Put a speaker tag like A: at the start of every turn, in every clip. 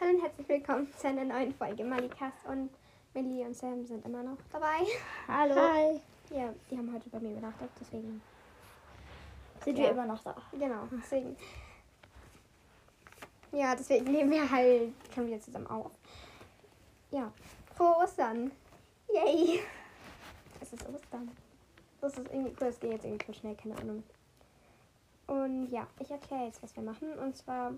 A: und herzlich willkommen zu einer neuen Folge. Malikas und Millie und Sam sind immer noch dabei. Hallo.
B: Hi.
A: Ja, die haben heute bei mir übernachtet, deswegen.
B: Sind
A: Ja.
B: wir immer noch da?
A: Genau, deswegen. Ja, deswegen nehmen wir halt schon wieder zusammen auf. Ja, frohe Ostern. Yay. Es ist Ostern. Das ist irgendwie cool, das geht jetzt irgendwie voll schnell, keine Ahnung. Und ja, ich erkläre jetzt, was wir machen. Und zwar,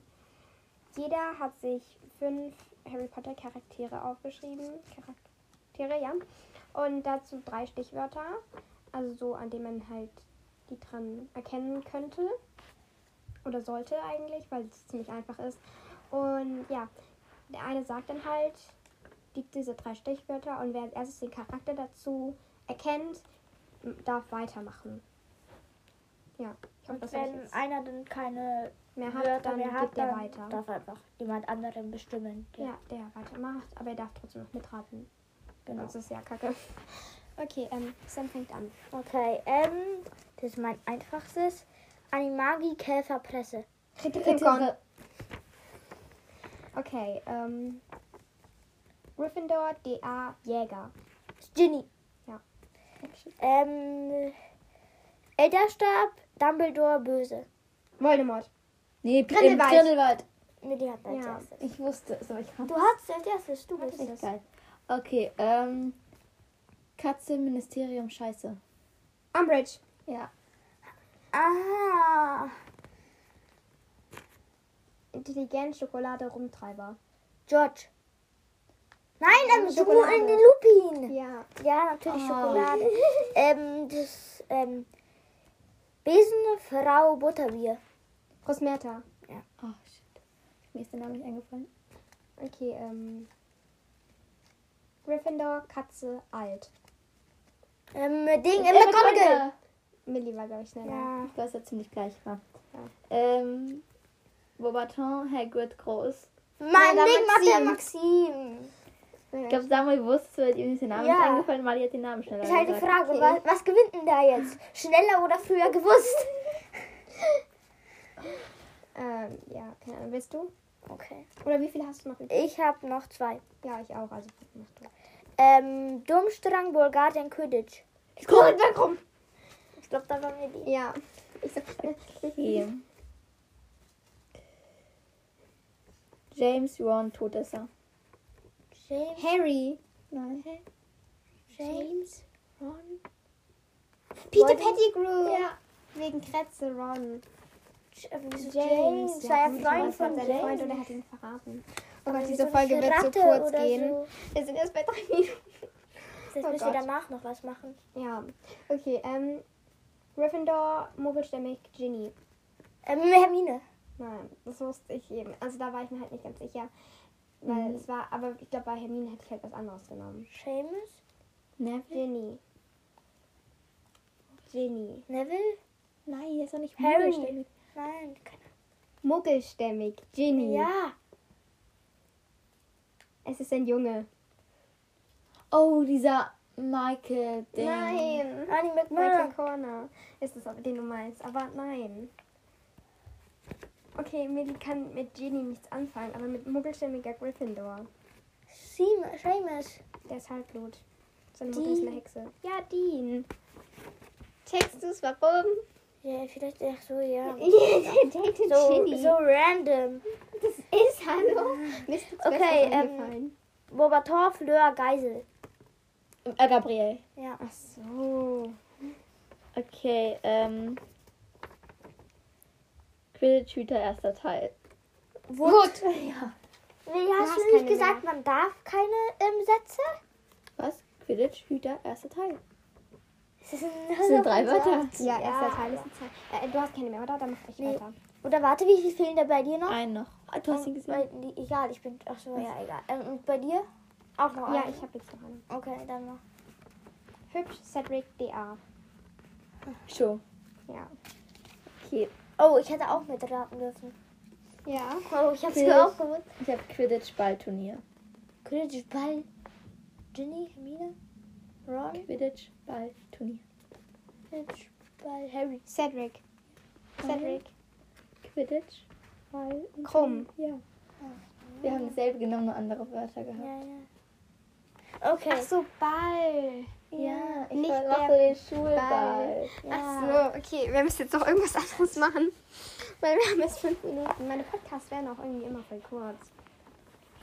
A: jeder hat sich fünf Harry Potter Charaktere aufgeschrieben. Charaktere, ja. Und dazu drei Stichwörter. Also so, an denen man halt die dran erkennen könnte. Oder sollte eigentlich, weil es ziemlich einfach ist. Und ja, der eine sagt dann halt die, diese drei Stichwörter und wer als erstes den Charakter dazu erkennt, m- darf weitermachen. Ja, ich hoffe,
B: Und
A: das habe ich
B: wenn
A: jetzt
B: einer dann keine
A: mehr hat,
B: Wörter
A: dann
B: mehr
A: gibt
B: hat,
A: der
B: dann
A: weiter.
B: darf einfach jemand anderen bestimmen. der-
A: Ja, der weitermacht, aber er darf trotzdem noch mitraten.
B: genau.
A: Sonst ist ja kacke. Okay, ähm, Sam fängt an.
B: Okay, ähm, das ist mein einfachstes. Animagi Käfer Presse.
A: Kritikon. Okay, ähm, Gryffindor, DA, Jäger.
B: Ginny.
A: Shit.
B: Ähm, Elderstab, Dumbledore, Böse.
A: Voldemort.
C: Nee,
A: Grindelwald.
C: Grindelwald. Grindelwald.
B: Nee, die hat als
A: Ja.
B: erstes.
C: Ich wusste es, aber ich fand
B: Du hast als erstes, du
C: das
B: bist
C: echt
B: es.
C: geil. Okay, ähm. Katze, Ministerium, Scheiße.
A: Umbridge.
C: Ja.
B: Ah,
A: Intelligent, Schokolade, Rumtreiber.
B: George. Nein, dann
A: Schokolade.
B: Schokolade. in die Lupin.
A: Ja.
B: Ja, natürlich
A: Ah,
C: Oh.
B: Schokolade. ähm, das, ähm, Besen, Frau, Butterbier.
A: Rosmerta.
C: Oh, shit. Mir ist der Name nicht eingefallen.
A: Okay, ähm, Gryffindor, Katze, Alt.
B: Ähm, Ding,
C: Äh,
B: äh, McGonagall.
A: Millie war, glaube ich, schneller.
B: Ja.
C: Ich weiß ja ziemlich gleich war.
A: Ja.
C: Ähm. Bobaton, Hagrid, Groß.
B: Mein
A: Nein,
B: Ding
A: dann
B: macht der Maxim.
C: Ich glaube, Samuel wusste, weil ihm ist der Name
B: Ja.
C: nicht eingefallen, Mali hat den Namen schneller
B: Ist halt die
C: gesagt.
B: Frage,
A: Okay.
B: was, was gewinnt denn da jetzt? Schneller oder früher gewusst?
A: ähm, ja, keine Ahnung. Willst du?
B: Okay.
A: Oder wie viele hast du noch?
B: Ich habe noch zwei.
A: Ja, ich auch. Also, mach du.
B: Ähm, Durmstrang, Bulgarien, Quidditch.
A: Ich komme weg rum.
B: Ich glaube, da waren wir die.
A: Ja. Ich sag, äh,
C: Okay. James Ron, Todesser.
B: James,
A: Harry.
C: Nein.
A: James. Ron.
B: Peter
A: Peter Pettigrew.
C: Ja.
A: Wegen Kretze, Ron.
B: J- äh, wieso
A: James.
B: James.
A: Ja,
B: Sei
A: gut,
B: ja Freund
A: Thomas war
B: von
A: sein
B: James.
A: Freund oder hat ihn verraten. Oh
B: Aber
A: Gott,
B: wieso
A: diese
B: nicht
A: Folge wird so
B: Ratte
A: kurz
B: oder
A: gehen.
B: so?
A: Wir sind erst bei drei Minuten.
B: Jetzt
A: Oh
B: müssen wir
A: Gott.
B: danach noch was machen.
A: Ja. Okay, ähm. Gryffindor, Muggelstämmig, Ginny.
B: Ähm, Hermine.
A: Nein, das wusste ich eben. Also da war ich mir halt nicht ganz sicher. Weil es war, aber ich glaube, bei Hermine hätte ich halt was anderes genommen.
B: Seamus.
C: Neville?
A: Ginny. Ginny.
B: Neville?
C: Nein, das ist doch nicht
B: Harry.
C: Muggelstämmig.
B: Nein, keine
A: Muggelstämmig, Ginny.
B: Ja.
A: Es ist ein Junge.
C: Oh, dieser Michael Ding.
A: Nein.
B: Annie
A: Michael
B: McMurray.
A: Corner ist es, den du meinst. Aber nein. Okay, Millie kann mit Ginny nichts anfangen, aber mit muggelstämmiger Gryffindor.
B: Seam- Seamus.
A: Der ist Halbblut. Seine
B: Dean.
A: Mutter ist eine Hexe. Ja, Dean. Checkst du's, warum?
B: Ja, vielleicht, ach so, ja.
A: der datet
B: So,
A: Ginny.
B: so random.
A: Das ist, hallo? Mir ist nichts
B: Okay,
A: Besseres
B: ähm,
A: eingefallen.
B: Bobator, Fleur, Geisel.
C: Äh, Gabriel.
B: Ja.
A: Ach so.
C: Okay, ähm. Quidditch-Hüter, erster Teil.
A: Gut.
C: Ja.
B: Wie, hast
A: hast
B: du, nicht
A: keine
B: gesagt, man darf keine ähm, Sätze?
C: Was? Quidditch-Hüter, erster Teil.
B: Das sind,
C: Das sind drei Wörter.
A: Ja, erster Teil ist ein Teil. Äh, du hast keine mehr, oder? Dann mach ich
B: Nee.
A: weiter.
B: Oder warte, wie viel fehlen da bei dir noch?
C: Ein noch. Ah, du hast ihn
B: Und bei,
C: gesehen.
B: die, egal, ich bin. Ach so, ja, egal. Ähm, und bei dir? Auch noch
A: Ja,
B: ein.
A: ich habe jetzt noch einen.
B: Okay, dann noch.
A: Hübsch, Cedric, DA.
C: Schon.
A: Ja.
C: Okay.
B: Oh, ich hätte auch mitraten dürfen.
A: Ja.
B: Oh, ich hab's
C: Okay.
B: mir auch gewusst.
C: Ich habe Quidditch-Ballturnier.
B: Quidditch Ball. Ginny, Hermine, Ron,
C: Quidditch-Ballturnier.
B: Quidditch Ball, Harry.
A: Cedric. Cedric. Mhm.
C: Quidditch-Ball.
A: Krumm.
C: Ja. Wir haben dasselbe genommen, nur andere Wörter gehabt.
B: Ja, ja. Okay.
A: Ach so, Ball.
C: Ja, ich
A: Nicht
C: war
A: der
C: noch so den Schulball.
A: Ball. Ach so, okay. Wir müssen jetzt noch irgendwas anderes machen. Weil wir haben jetzt fünf Minuten. Meine Podcasts werden auch irgendwie immer voll kurz.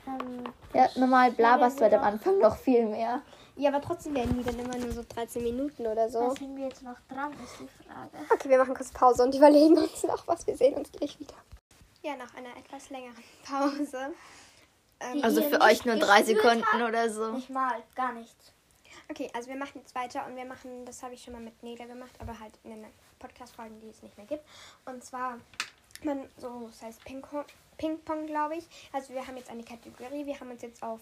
B: Ähm,
C: Ja, normal blaberst du halt am
B: Ja,
C: Anfang noch viel mehr.
A: Ja, aber trotzdem werden die dann immer nur so 13 Minuten oder so.
B: was sind wir jetzt noch dran, ist die Frage.
A: Okay, wir machen kurz Pause und überlegen uns noch was. Wir sehen uns gleich wieder. Ja, nach einer etwas längeren Pause. Ähm,
B: Also für euch nur drei Sekunden
D: oder so.
B: Nicht mal, gar nichts.
A: okay, also wir machen jetzt weiter und wir machen, das habe ich schon mal mit Nele gemacht, aber halt in den Podcast-Folgen, die es nicht mehr gibt. Und zwar, man, so, das heißt Ping-Pong, Ping-Pong, glaube ich. Also wir haben jetzt eine Kategorie, wir haben uns jetzt auf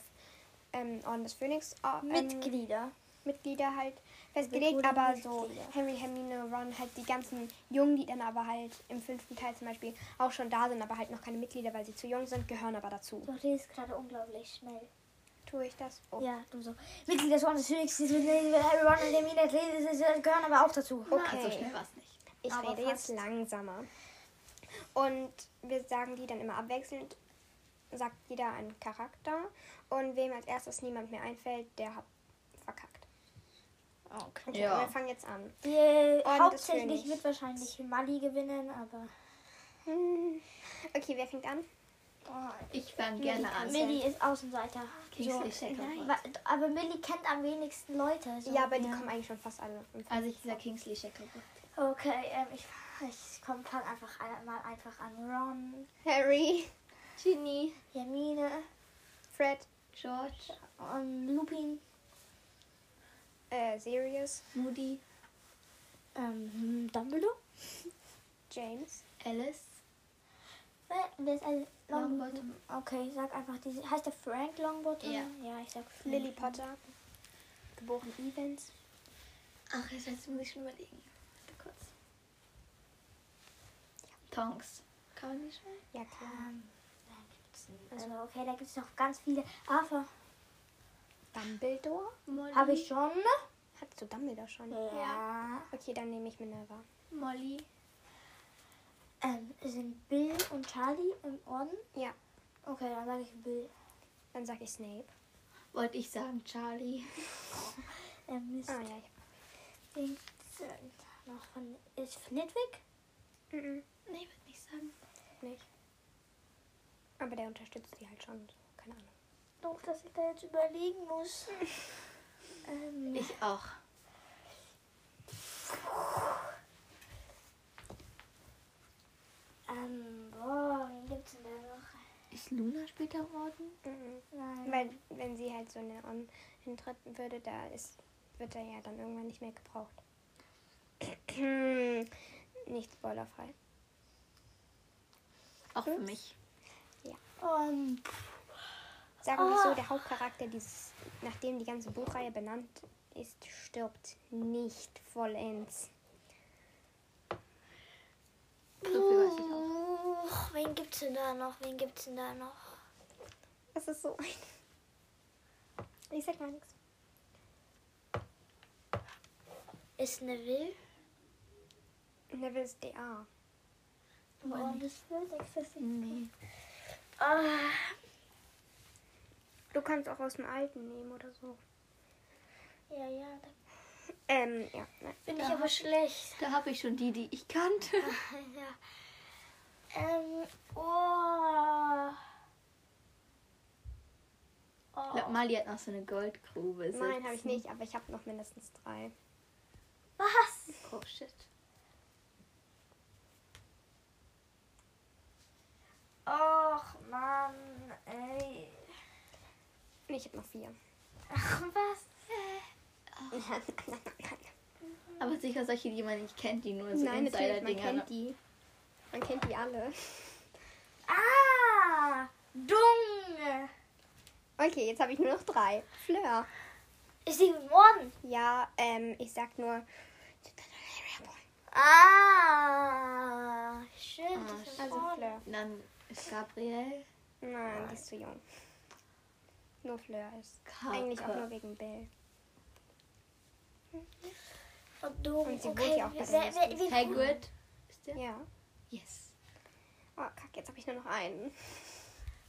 A: ähm, Orden des Phönix äh, ähm,
D: Mitglieder.
A: Mitglieder halt festgelegt, aber so
D: Mitglieder.
A: Henry, Hermine, Ron, halt die ganzen Jungen, die dann aber halt im fünften Teil zum Beispiel auch schon da sind, aber halt noch keine Mitglieder, weil sie zu jung sind, gehören aber dazu.
B: Du redest gerade unglaublich schnell.
A: Tue ich das? Oh.
B: Ja, du so. Mitglied des Ordens Phoenix, die sind mit Aaron und Hermine Athletics, die gehören aber auch dazu.
A: Okay,
D: Also schnell war es nicht.
A: ich
B: aber
A: rede jetzt
B: fast.
A: langsamer. Und wir sagen die dann immer abwechselnd, sagt jeder einen Charakter und wem als erstes niemand mehr einfällt, der hat verkackt. Okay,
D: Ah, Ja.
A: wir fangen jetzt an.
B: Die,
A: das
B: hauptsächlich
A: Phoenix.
B: wird wahrscheinlich Mali gewinnen, aber
A: Hm. Okay, wer fängt an?
B: oh,
D: Ich fange gerne an.
B: Millie ist Außenseiter.
D: Kingsley
B: So.
D: Shackleford.
B: Wa- Aber Millie kennt am wenigsten Leute. So.
A: ja, aber die kommen eigentlich schon fast alle.
D: Also ich dieser Kingsley Shackleford.
B: Okay, ähm, ich, ich komm, fang einfach ein- mal einfach an. Ron,
A: Harry,
D: Ginny.
B: Hermine
A: Fred,
D: George.
B: und Lupin.
A: äh, Sirius,
D: Moody.
B: Ähm, Dumbledore?
A: James.
D: Alice.
B: Wer, wer ist ein
D: Longbottom.
B: Okay, sag einfach diese. Heißt der Frank Longbottom?
D: Ja.
B: ja ich sag Frank.
A: Lily Potter, geboren Evans,
D: Ach, jetzt- jetzt muss ich schon überlegen. Warte kurz. Tonks. Kann man die schon?
A: ja klar,
B: Ähm, da gibt's einen- also okay, da gibt es noch ganz viele. Aber
A: Dumbledore.
D: Molly.
B: habe ich schon.
A: Hattest du Dumbledore schon?
B: Ja.
A: Okay, dann nehme ich Minerva.
D: Molly.
B: Ähm, sind Bill und Charlie im Orden?
A: Ja.
B: Okay, dann sage ich Bill.
A: Dann sage ich Snape.
D: Wollte ich sagen, Charlie.
B: Ähm, Mist.
A: Ah ja, ich
B: Den- äh, noch von, ist Flitwick?
A: mhm.
D: Nee, würde nicht sagen.
A: nicht. Aber der unterstützt sie halt schon. Keine Ahnung.
B: Doch, dass ich da jetzt überlegen muss. ähm,
D: Ich auch.
B: ähm, boah, wen gibt's denn da noch?
D: Ist Luna später geworden?
A: Mhm.
B: Nein.
A: Weil wenn sie halt so eine On hintreten würde, da ist, wird er ja dann irgendwann nicht mehr gebraucht. nicht spoilerfrei.
D: Auch für mich.
B: Ähm,
A: Sagen wir
B: Ah.
A: so, der Hauptcharakter, dieses, nachdem die ganze Buchreihe benannt ist, stirbt nicht vollends.
D: So viel weiß ich auch.
B: uch, wen gibt's denn da noch? Wen gibt's denn da noch?
A: Das ist so ein. Ich sag mal nichts.
B: Ist Neville?
A: Neville ist DA.
B: Und ist Flitwick?
D: Nee.
B: Ah,
A: Du kannst auch aus dem Alten nehmen oder so.
B: ja, ja, da
A: Ähm, ja. Nein.
B: bin
D: Ja.
B: ich aber schlecht.
D: Da habe ich schon die, die ich kannte.
B: Ja. Ähm, oh.
D: Ich glaube, Mali hat noch so eine Goldgrube.
A: Nein, habe ich
D: sitzen.
A: nicht, aber ich habe noch mindestens drei.
B: Was?
D: Oh shit.
B: Och, Mann, ey.
A: Nee, ich habe noch vier.
B: Ach, was?
D: Aber sicher solche, die man nicht kennt, die
C: Also
D: nur so
A: Nein, natürlich, man
D: Insider-Dinger.
C: ne?
A: kennt die. Man kennt die alle.
B: Ah, dumm.
A: Okay, jetzt habe ich nur noch drei. Fleur.
B: Ist die geworden?
A: Ja, ähm, ich sag nur.
B: Ah, schön.
D: Ah,
B: die ist
D: also
B: geworden.
A: Fleur.
D: Dann ist Gabriel.
A: Nein, die ist zu jung. Nur Fleur ist.
C: Ah,
D: Kacke.
A: Eigentlich auch nur wegen Bill.
B: Und dumm.
A: Und sie
B: okay,
A: wurde ja auch
B: wer-
A: besser
B: wer, wer, wer,
D: Hagrid. Ist der?
A: Ja.
D: Yes.
A: Oh, kack, jetzt habe ich nur noch einen.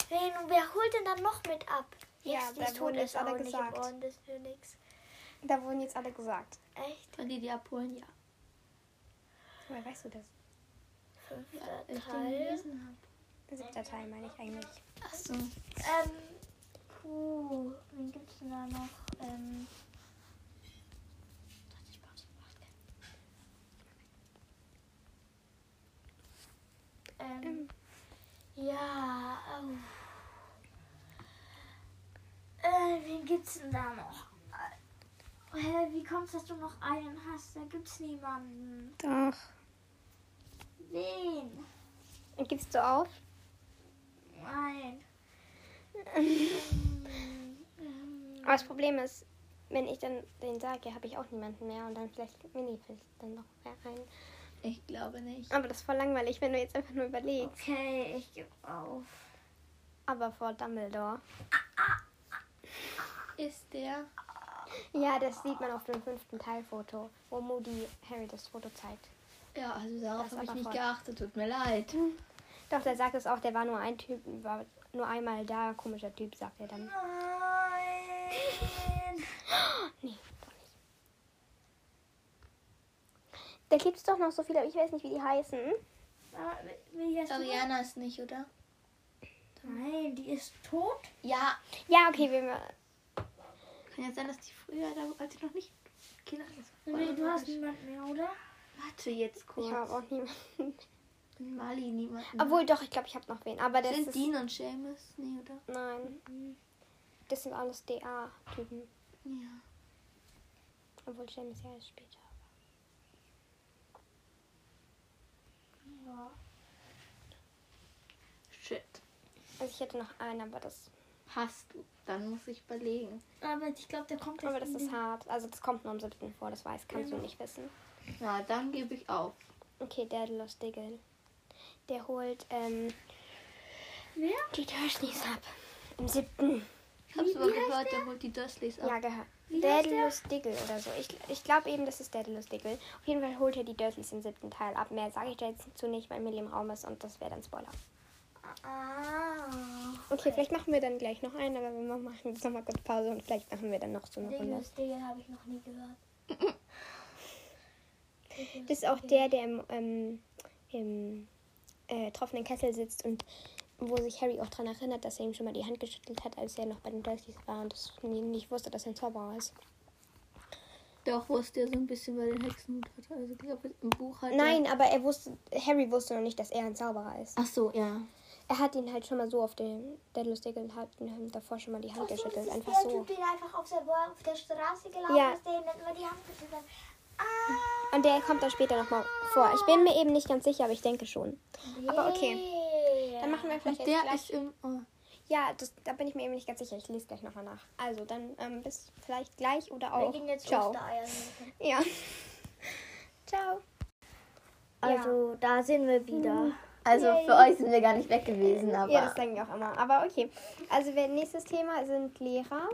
B: Wen, wer holt denn dann noch mit ab?
A: Ja,
B: Nix, die
A: da
B: ist tot,
A: wurde
B: ist
A: jetzt alle
B: auch nicht
A: gesagt.
B: geboren, das ist für nix.
A: Da wurden jetzt alle gesagt.
B: Echt?
D: Von die, die abholen, ja.
A: Woher weißt du das? Äh,
D: Weil ich den
B: Teil.
D: gelesen habe.
A: Siebter Teil meine ich eigentlich.
D: Achso.
B: Ähm, puh, wen gibt's denn da noch? Ähm, ähm, ja, oh. au. Äh, wen gibt's denn da noch? Äh, Hä, wie kommt's, dass du noch einen hast? Da gibt's niemanden.
A: Doch.
B: Wen?
A: Gibst du auf?
B: Nein. Ähm,
A: Aber das Problem ist, wenn ich dann den sage, habe ich auch niemanden mehr und dann vielleicht Mini fällt dann noch mehr ein.
D: Ich glaube nicht.
A: Aber das ist voll langweilig, wenn du jetzt einfach nur überlegst.
B: Okay, ich gebe auf.
A: Aber vor Dumbledore.
D: Ist der?
A: Ja, das sieht man auf dem fünften Teilfoto, wo Moody Harry das Foto zeigt.
D: Ja, also
A: Das
D: darauf
A: ist
D: habe ich
A: aber
D: nicht
A: voll- Hm.
D: geachtet. Tut mir leid.
A: Doch, der sagt es auch, der war nur ein Typ, war nur einmal da, komischer Typ, sagt er dann.
B: Nein.
A: Nee, doch nicht. Da gibt es doch noch so viele, aber ich weiß nicht, wie die heißen.
B: Aber Wie heißt die?
D: Ariana ist nicht, oder?
B: Nein, die ist tot.
D: Ja.
A: Ja, okay, wir
D: Kann ja sein, dass die früher, da, als ich noch nicht Kinder
B: Nee, du hast niemanden mehr, oder?
D: Warte jetzt kurz.
A: Ich habe auch niemanden.
D: In Mali
B: Mhm.
D: niemanden.
A: Obwohl, doch, ich glaube, ich habe noch wen. Aber das
D: Sind
A: ist.
D: Dean und Seamus? Nee, oder?
A: Nein. Das sind alles DA-Typen.
D: Ja.
A: Obwohl James ja erst später.
B: Ja.
D: Shit.
A: Also ich hätte noch einen, aber das.
D: Hast du. Dann muss ich überlegen.
B: Aber ich glaube, der kommt
A: Aber das
B: in
A: ist
B: den-
A: hart. Also das kommt nur am 7. vor, das weiß, kannst du
B: Ja.
A: nicht wissen.
D: Na, dann gebe ich auf.
A: Okay, der Lost Diggle. Der holt ähm,
B: Wer?
A: die Dursleys ab. Im 7.
D: Ich hab's aber gehört, der holt die Dursleys ab.
A: Ja, gehört.
B: Oh. Wie heißt der?
A: Daedalus Diggle oder so. Ich, ich glaube eben, das ist Daedalus Diggle. Auf jeden Fall holt er die Dursleys im siebten Teil ab. Mehr sage ich da jetzt zu nicht, weil Millie im Raum ist und das wäre dann Spoiler.
B: Ah.
A: Okay, vielleicht machen wir dann gleich noch einen, aber wir machen jetzt nochmal kurz Pause und vielleicht machen wir dann noch so eine Runde.
B: Dingus, Dingus habe ich noch nie gehört.
A: Das ist auch der, der im, ähm, im äh, tropfenden Kessel sitzt und wo sich Harry auch daran erinnert, dass er ihm schon mal die Hand geschüttelt hat, als er noch bei den Dursleys war und das nie- nicht wusste, dass er ein Zauberer ist.
D: Doch wusste er so ein bisschen, weil er den Hexenhut hatte. Also ich glaube, im Buch hat
A: Nein, aber er wusste, Harry wusste noch nicht, dass er ein Zauberer ist.
D: Ach so, ja.
A: Er hat ihn halt schon mal so auf den Deadless Diggle hat ihn davor schon mal die Hand
B: Ach so, das
A: geschüttelt,
B: ist
A: einfach
B: der
A: so.
B: Typ, der einfach auf der, auf der Straße gelaufen
A: Ja.
B: ist, der ihm dann immer die Hand geschüttelt hat. Ah.
A: Und der kommt dann später nochmal vor. Ich bin mir eben nicht ganz sicher, aber ich denke schon. aber okay.
B: Yeah.
A: Dann machen wir vielleicht
D: Und
A: jetzt
D: der
A: gleich.
D: ist im. Oh.
A: Ja, das, da bin ich mir eben nicht ganz sicher. Ich lese gleich nochmal nach. Also dann ähm, bis vielleicht gleich oder
B: wir
A: auch.
B: gehen jetzt
A: Ciao.
B: Ostereier suchen.
A: Ja. Ciao.
B: Also, da sind wir wieder.
C: Also für euch sind wir gar nicht weg gewesen, aber
A: Ja, das denke ich auch immer. Aber okay. Also wir- nächstes Thema sind Lehrer.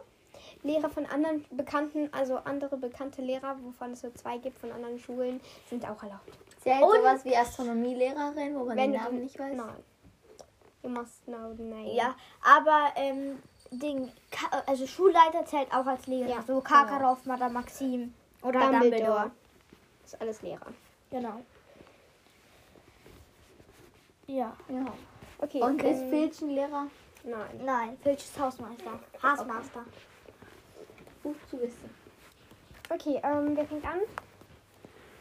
A: Lehrer von anderen bekannten, also andere bekannte Lehrer, wovon es so zwei gibt von anderen Schulen, sind auch erlaubt.
C: zählt sowas wie Astronomielehrerin, wo man
A: Wenn
C: den
A: du
C: Namen nicht weiß.
A: Nein. You must know the name.
B: Ja, aber ähm, Ding, Ka also Schulleiter zählt auch als Lehrer.
A: Ja,
B: so Karkaroff, Madame Maxim oder
A: Dumbledore.
B: genau. Dumbledore.
A: Ist alles Lehrer.
B: Genau. Ja,
C: Ja.
A: Okay.
C: Und ist
A: ähm,
C: Filzenlehrer
A: Nein.
B: nein, Filches Hausmeister. Hausmeister.
C: gut zu wissen.
A: Okay, ähm, wer fängt an?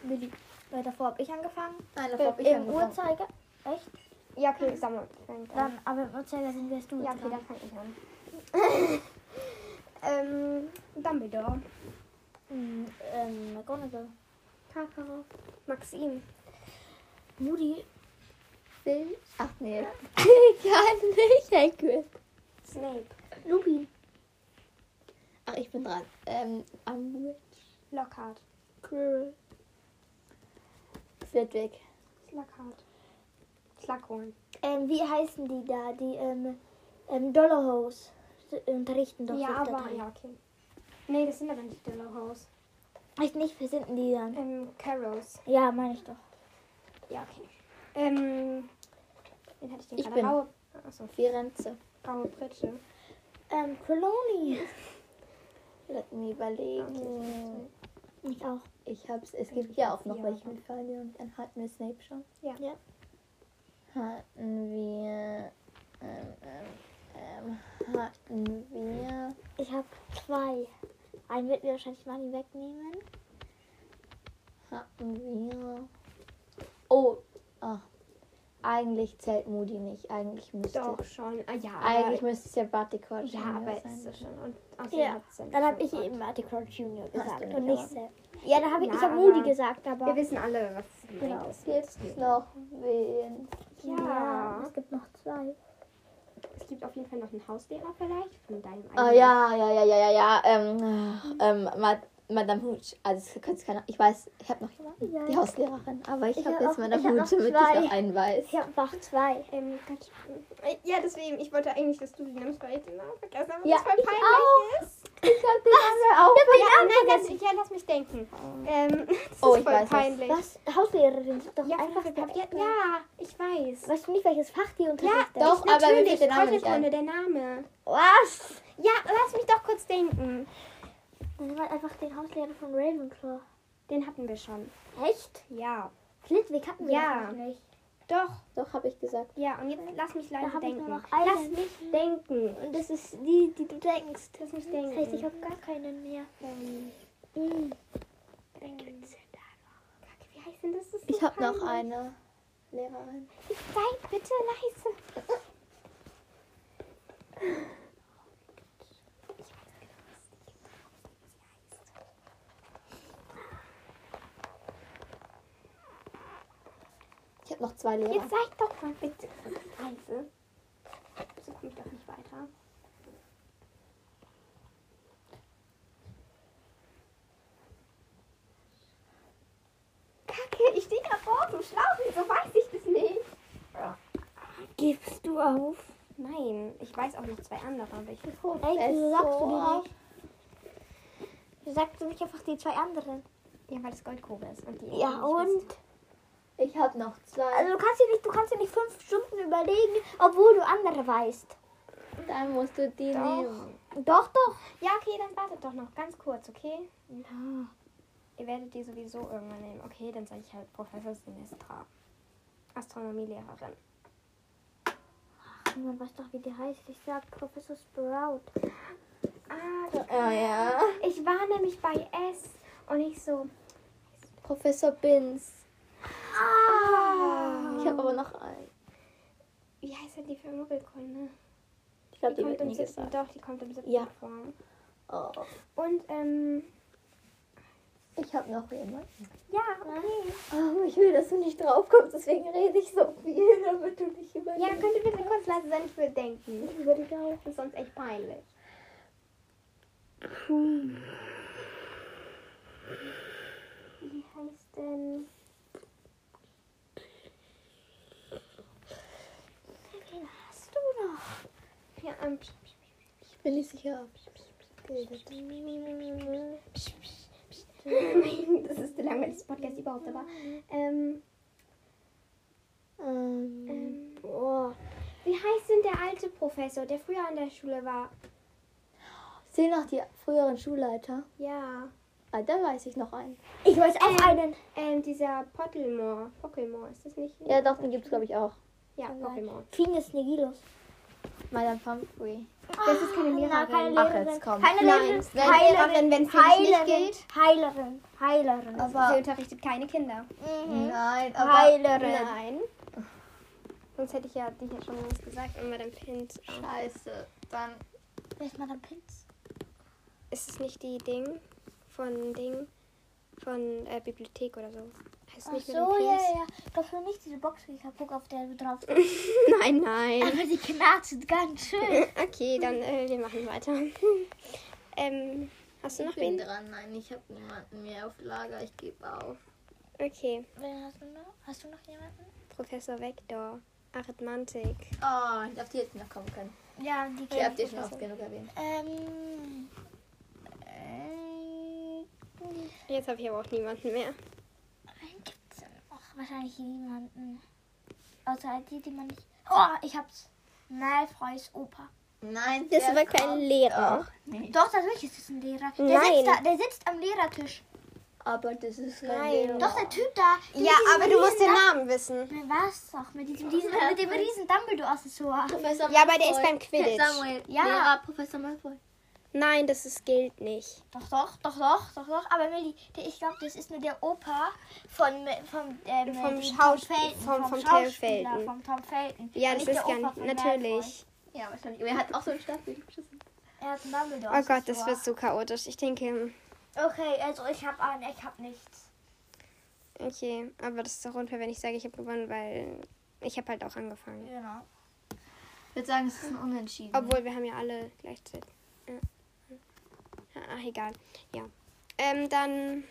B: Willi. Weil davor habe ich angefangen.
C: Nein,
A: Äh,
C: davor hab ich
B: Im
C: angefangen.
B: Uhrzeiger. Echt?
A: Ja, okay, sag mal. Fängt an.
B: Dann, aber im Uhrzeiger sind wir jetzt du
A: Ja, okay,
B: dran.
A: dann fang ich an. ähm, Dumbledore,
B: Mm, ähm, McGonagall.
A: Karkaroff, Maxim.
B: Moody.
C: Fil Ach nee. Kann nicht, Hagrid.
A: Snape,
B: Lupin.
C: Ach, ich bin dran. Ähm, Umbridge.
A: Lockhart,
C: Quirrell. Flitwick.
A: Slughart, Slughorn,
B: Ähm, wie heißen die da? Die ähm, ähm, Dollarhouse unterrichten doch.
A: ja,
B: siebter
A: aber,
B: Teil.
A: ja, okay. Nee, das sind aber nicht Dillowhouse.
B: Echt nicht, wir sind die dann.
A: Ähm, Carrows.
B: Ja, meine ich doch.
A: Ja, okay. Ähm, den hatte ich den
C: Ich
A: gerade
C: bin.
A: rau. Achso.
C: Firenze.
A: Graue Pritsche.
B: Ähm, Coloni.
C: Lass mich überlegen.
B: Ich auch.
C: Ich hab's, es gibt ja auch noch
A: Ja.
C: welche mit Guardian. Dann hatten wir Snape schon.
A: Ja.
B: Ja.
C: Hatten wir. Ähm, ähm, ähm, hatten wir.
B: Ich habe zwei. Einen wird mir wahrscheinlich Mani wegnehmen.
C: Hatten wir. Oh, ah. eigentlich zählt Moody nicht. Eigentlich müsste.
A: Doch schon. Ah, ja,
C: Eigentlich
A: aber,
C: müsste es ja Barty Crouch
A: ja,
C: Junior
A: aber
C: sein.
A: ist das schon. Und außerdem
B: Ja,
A: hat's dann
B: Dann habe ich
A: gefragt.
B: eben Article Junior
C: du
B: gesagt
C: nicht,
B: und nicht
C: aber-
B: Sam. Ja, da habe ich,
A: Ja,
B: ich hab Moody
A: aber-
B: gesagt, aber.
A: Wir wissen alle, was es
C: Genau.
A: gemeint ist.
C: Gibt's noch wen?
A: Ja.
B: es gibt noch zwei.
A: Es gibt auf jeden Fall noch einen Hauslehrer vielleicht von deinem
C: Ah ja, ja, ja, ja, ja, ja. Ähm, ach, ähm, Ma Madame Hooch. Also es könnte keiner. Ich weiß, ich habe noch jemanden.
B: Ja.
C: Die Hauslehrerin. Aber ich,
B: Ich
C: habe
B: hab
C: jetzt
B: auch-
C: Madame
B: ich hab
C: Hooch,
B: noch
C: damit ich
B: zwei.
C: noch einen weiß.
B: Ich habe noch zwei.
A: Ähm, Gott, äh, ja, deswegen, ich wollte eigentlich, dass du die nimmst, weil ich den Namen vergessen habe.
C: Ja,
A: das voll
C: ich
A: peinlich
C: auch.
A: ist.
C: Ich habe den anderen auch.
A: Ja, nein, lass, ja, lass mich denken. Ähm, das
C: Oh,
A: ist
C: ich
A: voll
C: weiß was.
A: peinlich.
B: Was? Hauslehrerin ist doch
A: Ja,
B: einfach
A: ja,
B: der
A: ja, ja, ich weiß.
B: Weißt du nicht, welches Fach die unterrichtet?
C: doch. aber mir fällt
A: Natürlich,
C: der Name nicht
A: Kräuterkunde, der Name.
B: Was?
A: Ja, lass mich doch kurz denken.
B: Dann nehmen wir einfach den Hauslehrer von Ravenclaw.
A: Den hatten wir schon.
B: Echt?
A: Ja.
B: Flitwick hatten wir
A: Ja.
B: noch nicht.
A: Doch.
C: Doch, habe ich gesagt.
A: Ja, und jetzt lass mich
B: Da
A: leise
B: habe ich
A: denken.
B: nur noch
A: lass
B: einen.
A: mich denken.
B: Und das ist die, die du denkst.
A: Lass mich
B: Das heißt, ich
A: denken.
B: habe gar keinen mehr.
A: Ähm,
B: Mhm.
A: Kacke, wie heißt denn das? das ist
C: Ich
A: so
C: habe noch
A: peinlich.
C: eine Lehrerin.
A: Sei bitte leise.
C: Ich habe noch zwei Lehrer.
A: Jetzt seid doch mal bitte leise. So komme ich doch nicht weiter. Kacke, ich stehe da vor zum Schlafen, wieso weiß ich das nicht?
B: Gibst du auf?
A: Nein, ich weiß auch noch zwei andere, aber ich
B: Ey, wieso
C: Es
B: sagst du
C: so
B: die nicht? Wieso sagst du nicht einfach die zwei anderen?
A: Ja, weil das Goldgrube ist. Und die
B: Ja, und?
C: Ich habe noch zwei.
B: Also du kannst dir nicht, du kannst dir nicht fünf Stunden überlegen, obwohl du andere weißt.
C: Dann musst du die
A: Doch.
C: nehmen.
B: Doch, doch.
A: Ja, okay, dann wartet doch noch ganz kurz, okay? Ihr werdet die sowieso irgendwann nehmen. Okay, dann sage ich halt Professor Sinistra. Astronomielehrerin.
B: Man weiß doch, wie die heißt. Ich sag Professor Sprout.
A: Ah,
C: Oh ja.
A: Ich war nämlich bei S und ich so,
C: Professor Binz.
A: ah,
C: Ich habe aber noch einen.
A: wie heißt denn die für Muggelkunde?
C: Ich glaube,
A: ne? Die
C: die
A: kommt
C: wird
A: im
C: nie
A: siebten,
C: gesagt.
A: doch, die kommt im siebten
C: Ja.
A: vor.
C: Oh.
A: Und, ähm,
C: Ich habe noch jemanden.
A: ja, okay.
C: Oh, ich will, dass du nicht drauf kommst, deswegen rede ich so viel, damit du nicht überlegst.
A: Ja, könnt ihr bitte kurz leise sein, ich will denken. Ich würde glauben, das ist sonst echt peinlich. Wie heißt denn...
B: Wen hast du noch?
A: Ja, ähm, psch, psch,
C: Ich bin nicht sicher, ob ich
A: das ist der langweiligste Podcast überhaupt, aber, ähm,
C: ähm,
A: ähm, wie heißt denn der alte Professor, der früher an der Schule war?
C: Sehen noch die früheren Schulleiter.
A: Ja.
C: Ah, dann weiß ich noch einen.
B: Ich weiß auch
A: Ähm,
B: einen.
A: Ähm, dieser Pottelmore. Pockelmore, ist das nicht?
C: Ja, doch, den gibt's glaube ich auch.
A: Ja, Pockelmore.
B: Fingers Negilus.
C: Madame Pumphrey.
A: Das ist keine Lehrerin.
B: Na, Ah, keine
C: Ach,
B: Lehrerin.
C: jetzt komm.
B: Keine
A: Nein,
B: Lehrerin.
A: nein, Lehrerin, wenn's für dich nicht
B: gilt. Heilerin. Heilerin. Mhm.
A: Sie
C: Aber
A: unterrichtet keine Kinder.
E: Hm? Ah.
C: nein,
B: Ah, Heilerin.
A: Nein. Sonst hätte ich ja die hier schon längst gesagt, immer den Pins.
C: Scheiße. Dann
B: Wer ist Madame Pinz?
A: Ist es nicht die Ding von Ding von äh, Bibliothek oder so? Heißt es
B: Ach
A: nicht
B: so,
A: mit dem
B: ja,
A: Pins?
B: ja. Doch für mich diese Box, die kaputt auf der du drauf
A: nein, nein.
B: Aber die knarzt ganz schön.
A: Okay, dann äh, wir machen weiter. ähm, hast du noch wen?
C: dran. Nein, ich habe niemanden mehr auf Lager. Ich gebe auf.
A: Okay,
B: Wen hast du noch? Hast du noch jemanden?
A: Professor Vector, Arithmantik.
E: Ah,
C: Oh, ich darf die jetzt noch kommen können.
B: Ja, die
C: Ich habe dich schon oft genug erwähnt.
B: Ähm. Ähm.
A: Jetzt habe ich aber auch niemanden mehr.
B: Wen gibt's denn noch? Wahrscheinlich niemanden. Außer die, die man nicht. Oh, ich hab's. Malfoys Opa.
C: Nein,
F: Das
C: der
F: war
C: kommt
F: kein Lehrer.
C: auch nicht.
B: Doch, natürlich ist es ein Lehrer. Der,
F: Nein.
B: Sitzt da, der sitzt am Lehrertisch.
E: Aber das ist kein
A: Nein.
E: Lehrer.
B: Doch, der Typ da. der
A: Ja,
B: mit diesem
A: aber du musst den
B: riesen
A: Namen wissen.
B: Dum- Was doch, mit diesem, diesem, mit dem riesen Dumbledore-Accessoire.
E: Professor
A: Ja, aber der ist
E: Malfoy.
A: beim Quidditch.
E: Samuel.
B: Ja.
E: Lehrer, Professor Malfoy.
A: Nein, das ist, gilt nicht.
B: Doch, doch, doch, doch, doch, doch. Aber Millie, der, ich glaube, das ist nur der Opa von, vom, ähm,
A: Vom
B: dem
A: Schaus-
B: Felton,
A: vom-
B: vom
A: vom Theo
B: Schauspieler,
A: Felton.
B: Vom Tom Felton.
A: Ja,
B: Und
A: das ist
B: nicht der
A: gar
B: Opa
A: nicht.
B: von Malfoy.
A: Natürlich.
E: Ja, wahrscheinlich. Aber er hat auch so einen Stabweg geschissen.
B: Er hat einen Dumbledore.
A: Oh Gott, das
B: Accessoire.
A: wird so chaotisch. Ich denke,
B: Okay, also ich habe einen, ich habe nichts.
A: okay, aber das ist doch unfair, wenn ich sage, ich habe gewonnen, weil ich habe halt auch angefangen.
B: Genau.
E: Ich würde sagen, es ist ein Unentschieden.
A: Obwohl, wir haben ja alle gleichzeitig. Ja. Ach, egal. Ja. Ähm, dann.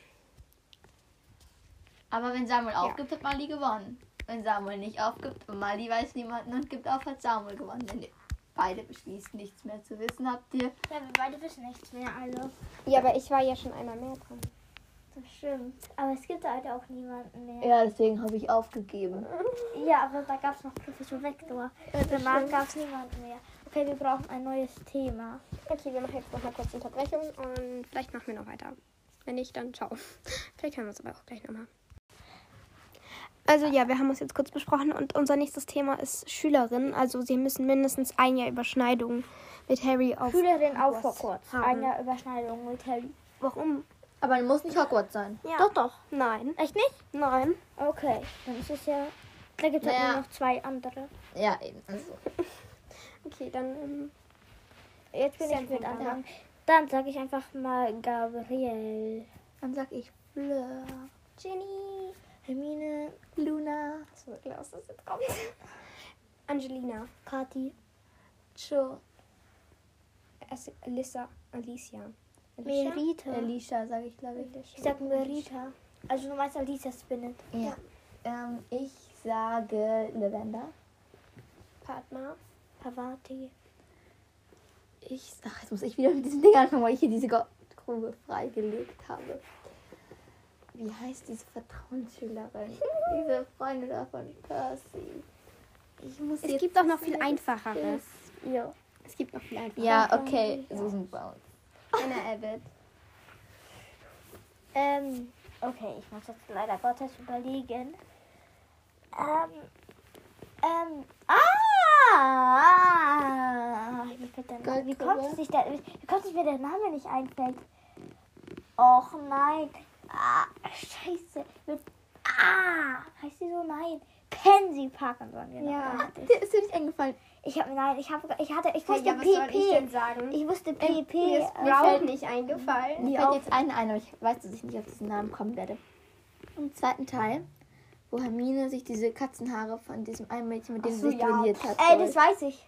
C: Aber wenn Samuel aufgibt, hat Mali gewonnen. Wenn Samuel nicht aufgibt und Mali weiß niemanden und gibt auf, hat Samuel gewonnen. Wenn ihr beide beschließt, nichts mehr zu wissen, habt ihr
B: Ja, wir beide wissen nichts mehr, also.
A: Ja, aber ich war ja schon einmal mehr dran.
B: Das stimmt. Aber es gibt halt auch niemanden mehr.
F: Ja, deswegen habe ich aufgegeben.
B: Ja, aber da gab es noch Professor Vector. Und danach gab es niemanden mehr. Okay, wir brauchen ein neues Thema.
A: Okay, wir machen jetzt nochmal kurz Unterbrechung und vielleicht machen wir noch weiter. Wenn nicht, dann ciao. Vielleicht hören wir uns aber auch gleich nochmal. Also ja, wir haben uns jetzt kurz besprochen und unser nächstes Thema ist Schülerin. Also sie müssen mindestens ein Jahr Überschneidung mit Harry auf.
B: Schülerin auch vor kurz.
A: haben.
B: Ein Jahr Überschneidung mit Harry.
A: Warum?
C: Aber muss nicht Hogwarts sein.
A: Ja.
B: Doch, doch.
A: Nein. Echt nicht? Nein.
B: Okay, dann ist es ja. Da gibt es halt
C: Naja.
B: nur noch zwei andere.
C: Ja, eben. Also,
A: Okay, dann. ähm,
B: Jetzt bin
A: Ist ja
B: ich mit
A: ein Wunder.
B: anfangen. Dann sage ich einfach mal Gabriel.
E: Dann sag ich Blur.
B: Ginny. Hermine.
E: Luna.
A: So, Klaus, das jetzt kommt. Angelina.
B: Kathi.
E: Cho.
A: Es- Alissa. Alicia.
B: Merita.
E: Alicia, sag ich, glaube ich.
B: Ich sag Merita. Also du meinst Alicia Spinnet.
C: ja. Ähm, ich sage Lavender.
A: Padma.
B: Pavati.
C: Ich, ach, jetzt muss ich wieder mit diesem Ding anfangen, weil ich hier diese Go- Grube freigelegt habe. Wie heißt diese Vertrauensschülerin? diese Freundin da von Percy. Ich muss
A: Es
C: jetzt
A: gibt auch noch viel
C: sehen,
A: einfacheres.
B: Ja.
A: Es gibt noch viel einfacheres.
C: Ja, okay. So sind wir uns.
A: Anna Abbott.
B: Ähm, okay, ich muss jetzt leider Gottes überlegen. Ähm, ähm, ah! Mir fällt der Name- Wie kommt es nicht, der- wie kommt es mir der Name nicht einfällt? Och nein. Ah, scheiße. Mit Ah, heißt sie so? Nein. Pansy Parkinson. Genau.
A: Ja.
C: Dir ist dir nicht eingefallen.
B: Ich habe nein, ich habe ich hatte ich
A: Hey,
B: wusste
A: ja, was soll ich denn
B: PP.
A: sagen?
B: Ich äh, ähm, wusste
A: Mir
B: PP.
A: ist Brown nicht eingefallen.
C: Mir
F: Mir
C: fällt
F: auch.
C: jetzt eine ein, aber ich weiß, dass ich nicht auf diesen Namen kommen werde. Im zweiten Teil, wo Hermine sich diese Katzenhaare von diesem einen Mädchen, mit dem sie sich duelliert hat.
B: Ey, das weiß ich.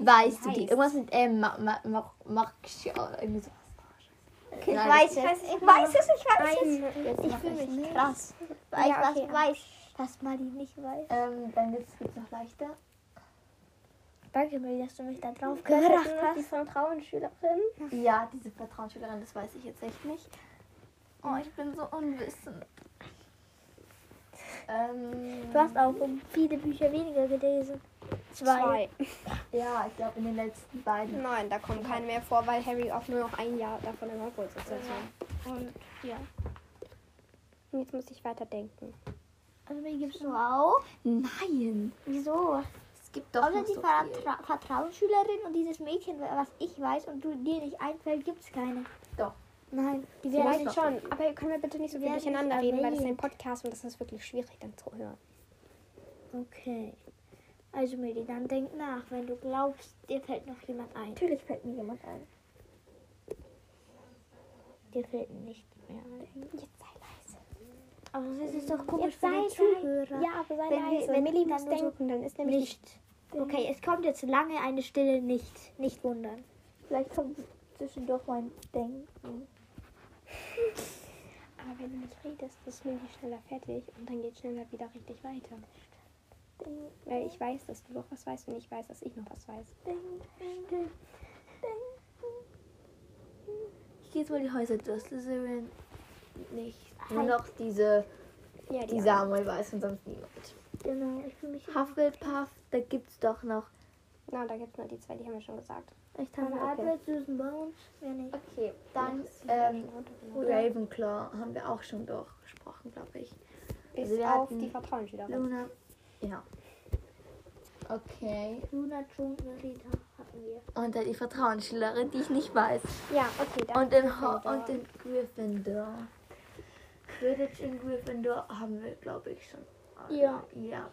C: weißt du die? Irgendwas mit M. Ma- Ma- Ma- Marx- Irgendwie sowas.
B: Ich
C: Nein,
B: weiß es. Ich weiß es, ich weiß es.
A: Nein.
C: Jetzt
B: Ich
C: mach
B: fühle mich
C: nicht.
B: krass, weil
A: Ja,
B: ich
A: okay.
B: was weiß, was Mali nicht weiß.
C: Ähm, dann gibt es noch leichter.
B: Danke, Mali, dass du mich da drauf
A: Das
B: gebracht
A: ist nur die
B: hast.
A: Vertrauensschülerin.
C: Ja, diese Vertrauensschülerin, das weiß ich jetzt echt nicht. Oh, ich bin so unwissend. Ähm,
B: Du hast auch um viele Bücher weniger gelesen. Zwei.
C: ja, ich glaube in den letzten beiden.
A: Nein, da kommen keine mehr vor, weil Harry auch nur noch ein Jahr davon in Hogwarts ist. Also.
B: Und ja.
A: Und Jetzt muss ich weiterdenken.
B: Also Mali gibst du auch.
C: Nein,
B: Wieso?
C: es gibt doch
B: Außer
C: noch
B: die
C: so viel.
B: Vertra Vertrauensschülerin und dieses Mädchen, was ich weiß und du dir nicht einfällt, gibt's keine.
C: Doch.
B: Nein, die werden
A: Vielleicht
B: nicht.
A: schon, aber können wir bitte nicht so viel
B: Wer nicht
A: durcheinander reden, weil das ist ein
B: erwähnt.
A: Podcast und das ist wirklich schwierig dann zu hören.
B: Okay. Also Meli, dann denk nach, wenn du glaubst, dir fällt noch jemand ein.
C: Natürlich fällt mir jemand ein.
B: Dir fällt nicht mehr ein.
A: Jetzt sei leise.
B: Aber das ist doch komisch
A: Jetzt
B: für
A: sei
B: den
A: leise.
B: Zuhörer.
A: Ja, aber sei
B: Wenn wir-
A: leise.
B: wenn
A: Millie
B: dann
A: muss
B: nur so-
A: denken, dann ist nämlich
B: Nicht. Okay, es kommt jetzt lange eine Stille nicht. Nicht wundern.
C: Vielleicht kommt zwischendurch mein Denken.
A: Aber wenn du nicht redest, ist Millie schneller fertig und dann geht schneller wieder richtig weiter. Weil ich weiß, dass du noch was weißt und ich weiß, dass ich noch was weiß.
E: Ich gehe jetzt mal die Häuser durch. Slytherin nicht.
C: Nur noch diese,
A: Ja,
C: die Samuel weiß und sonst niemand.
B: Genau, ich fühle mich.
E: Hufflepuff, da gibt's doch noch
A: Na, da gibt es nur die zwei, die haben wir schon gesagt.
C: Echt haben
B: Meine
C: wir Ah, okay.
B: Albert, Susan Bones, wer nicht.
C: Okay, dann ähm, Ravenclaw haben wir auch schon durchgesprochen, glaube ich.
A: Bis
C: wir
A: auf
C: hatten
A: die Vertrauensschülerin.
C: Luna. Ja. Okay.
B: Luna Jung, Merida hatten wir.
C: Und dann die Vertrauensschülerin, die ich nicht weiß.
A: Ja, okay, dann.
C: Und in, Ho und in Gryffindor. Quidditch in Gryffindor haben wir, glaube ich, schon. alle.
B: Ja.
C: Ja.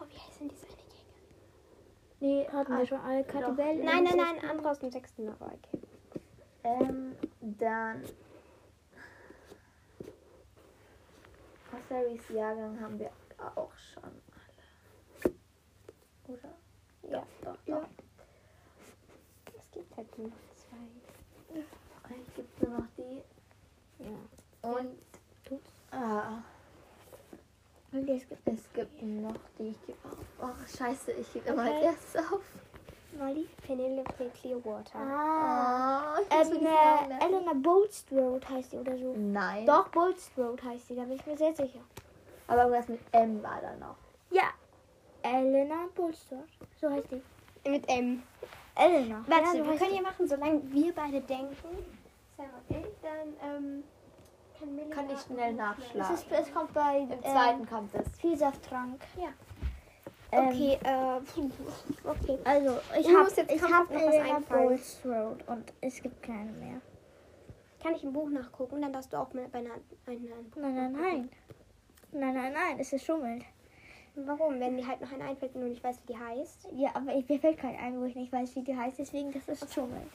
A: oh, wie heißt denn diese eine Gegend?
C: Nee,
B: Hatten
C: ah,
B: wir schon alle.
C: doch.
B: Katibell.
A: Nein, nein, nein, andere aus dem sechsten, aber okay.
C: Ähm, dann. Aus Harrys Jahrgang haben wir auch schon alle. Oder?
A: Ja.
C: Doch, doch.
A: Es gibt halt nur noch zwei.
C: Eigentlich gibt nur noch die. Und. Ah.
B: Und es gibt
C: Es gibt noch die. Ich gebe auf. Ach, scheiße, ich gebe immer
B: Okay.
C: als erstes auf.
B: Molly.
A: Penelope Clearwater.
B: Ah.
C: Oh, ich muss
B: Ähm,
C: wirklich sagen,
B: äh,
C: ne?
B: Elena Bolstrode heißt sie oder so.
C: Nein.
B: Doch, Bolstrode heißt sie, da bin ich mir sehr sicher.
C: Aber irgendwas mit M war da noch.
B: Ja. Elena Bolstrode. So heißt die.
A: Mit M.
B: Elena.
A: Warte,
B: ja, so
A: wir
B: heißt
A: können
B: die.
A: ja machen, solange wir beide denken, Sam und ich, dann ähm, kann Millie
C: Kann ich
A: raten.
C: schnell
B: es,
C: nachschlagen.
B: ist, es kommt bei
C: Im
B: ähm,
C: zweiten kommt es.
B: Vielsafttrank.
A: Ja.
B: Ähm,
A: Okay, äh, puh, okay.
B: Also, ich
A: Du
B: habe
A: musst jetzt
B: ich
A: kommen,
B: hab
A: ob noch was
B: Elena
A: einfallen.
B: Bolstrode und es gibt keine mehr.
A: Kann ich im Buch nachgucken, dann darfst du auch mal bei einer, einer, einer
B: Nein, nein, nein. Nein, nein, nein, es ist schummelnd.
A: Warum? Wenn mir halt noch ein einfällt und ich weiß, wie die heißt.
B: Ja, aber ich, mir fällt kein ein, wo ich nicht weiß, wie die heißt, deswegen das ist Schummeln.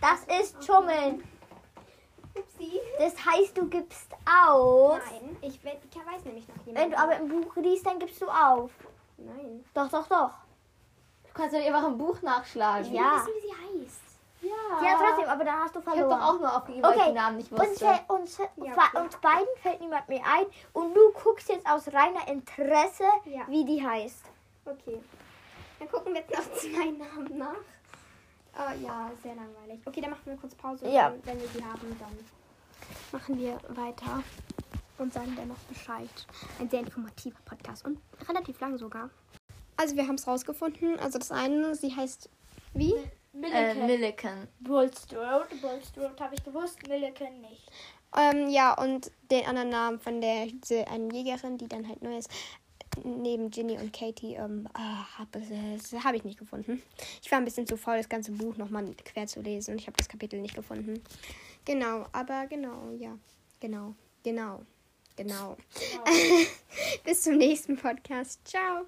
B: Das ist Schummeln.
A: Upsi.
B: Das heißt, du gibst auf.
A: Nein, ich, we- ich weiß nämlich noch jemanden.
B: Wenn du aber im Buch liest, dann gibst du auf.
A: Nein.
B: Doch, doch, doch.
G: Du kannst doch einfach im Buch nachschlagen.
A: Ich will
B: Ja.
A: wissen, wie sie heißt.
C: Ah.
B: Ja, trotzdem, aber dann hast du
G: Ich habe
B: verloren.
G: doch auch nur aufgegeben, weil
B: Okay.
G: ich den Namen nicht
B: uns,
G: wusste.
B: fällt, uns,
A: Ja,
B: bei
A: okay.
B: uns beiden fällt niemand mehr ein und du guckst jetzt aus reiner Interesse,
A: Ja.
B: wie die heißt.
A: Okay. Dann gucken wir jetzt noch zwei Namen nach. Oh ja, sehr langweilig. Okay, dann machen wir kurz Pause.
B: Ja.
A: Und wenn wir die haben, dann machen wir weiter und sagen dann noch Bescheid. Ein sehr informativer Podcast und relativ lang sogar. Also wir haben es rausgefunden. Also das eine, sie heißt wie?
C: Äh, Milliken.
B: Bolstrode, Bolstrode habe ich gewusst, Milliken nicht.
A: Ähm, ja, und den anderen Namen von der diese einen Jägerin, die dann halt neu ist, neben Ginny und Katie, ähm, ah, hab es- es- habe ich nicht gefunden. Ich war ein bisschen zu faul, das ganze Buch nochmal quer zu lesen und ich habe das Kapitel nicht gefunden. Genau, aber genau, ja. Genau, genau, genau. Bis zum nächsten Podcast. Ciao.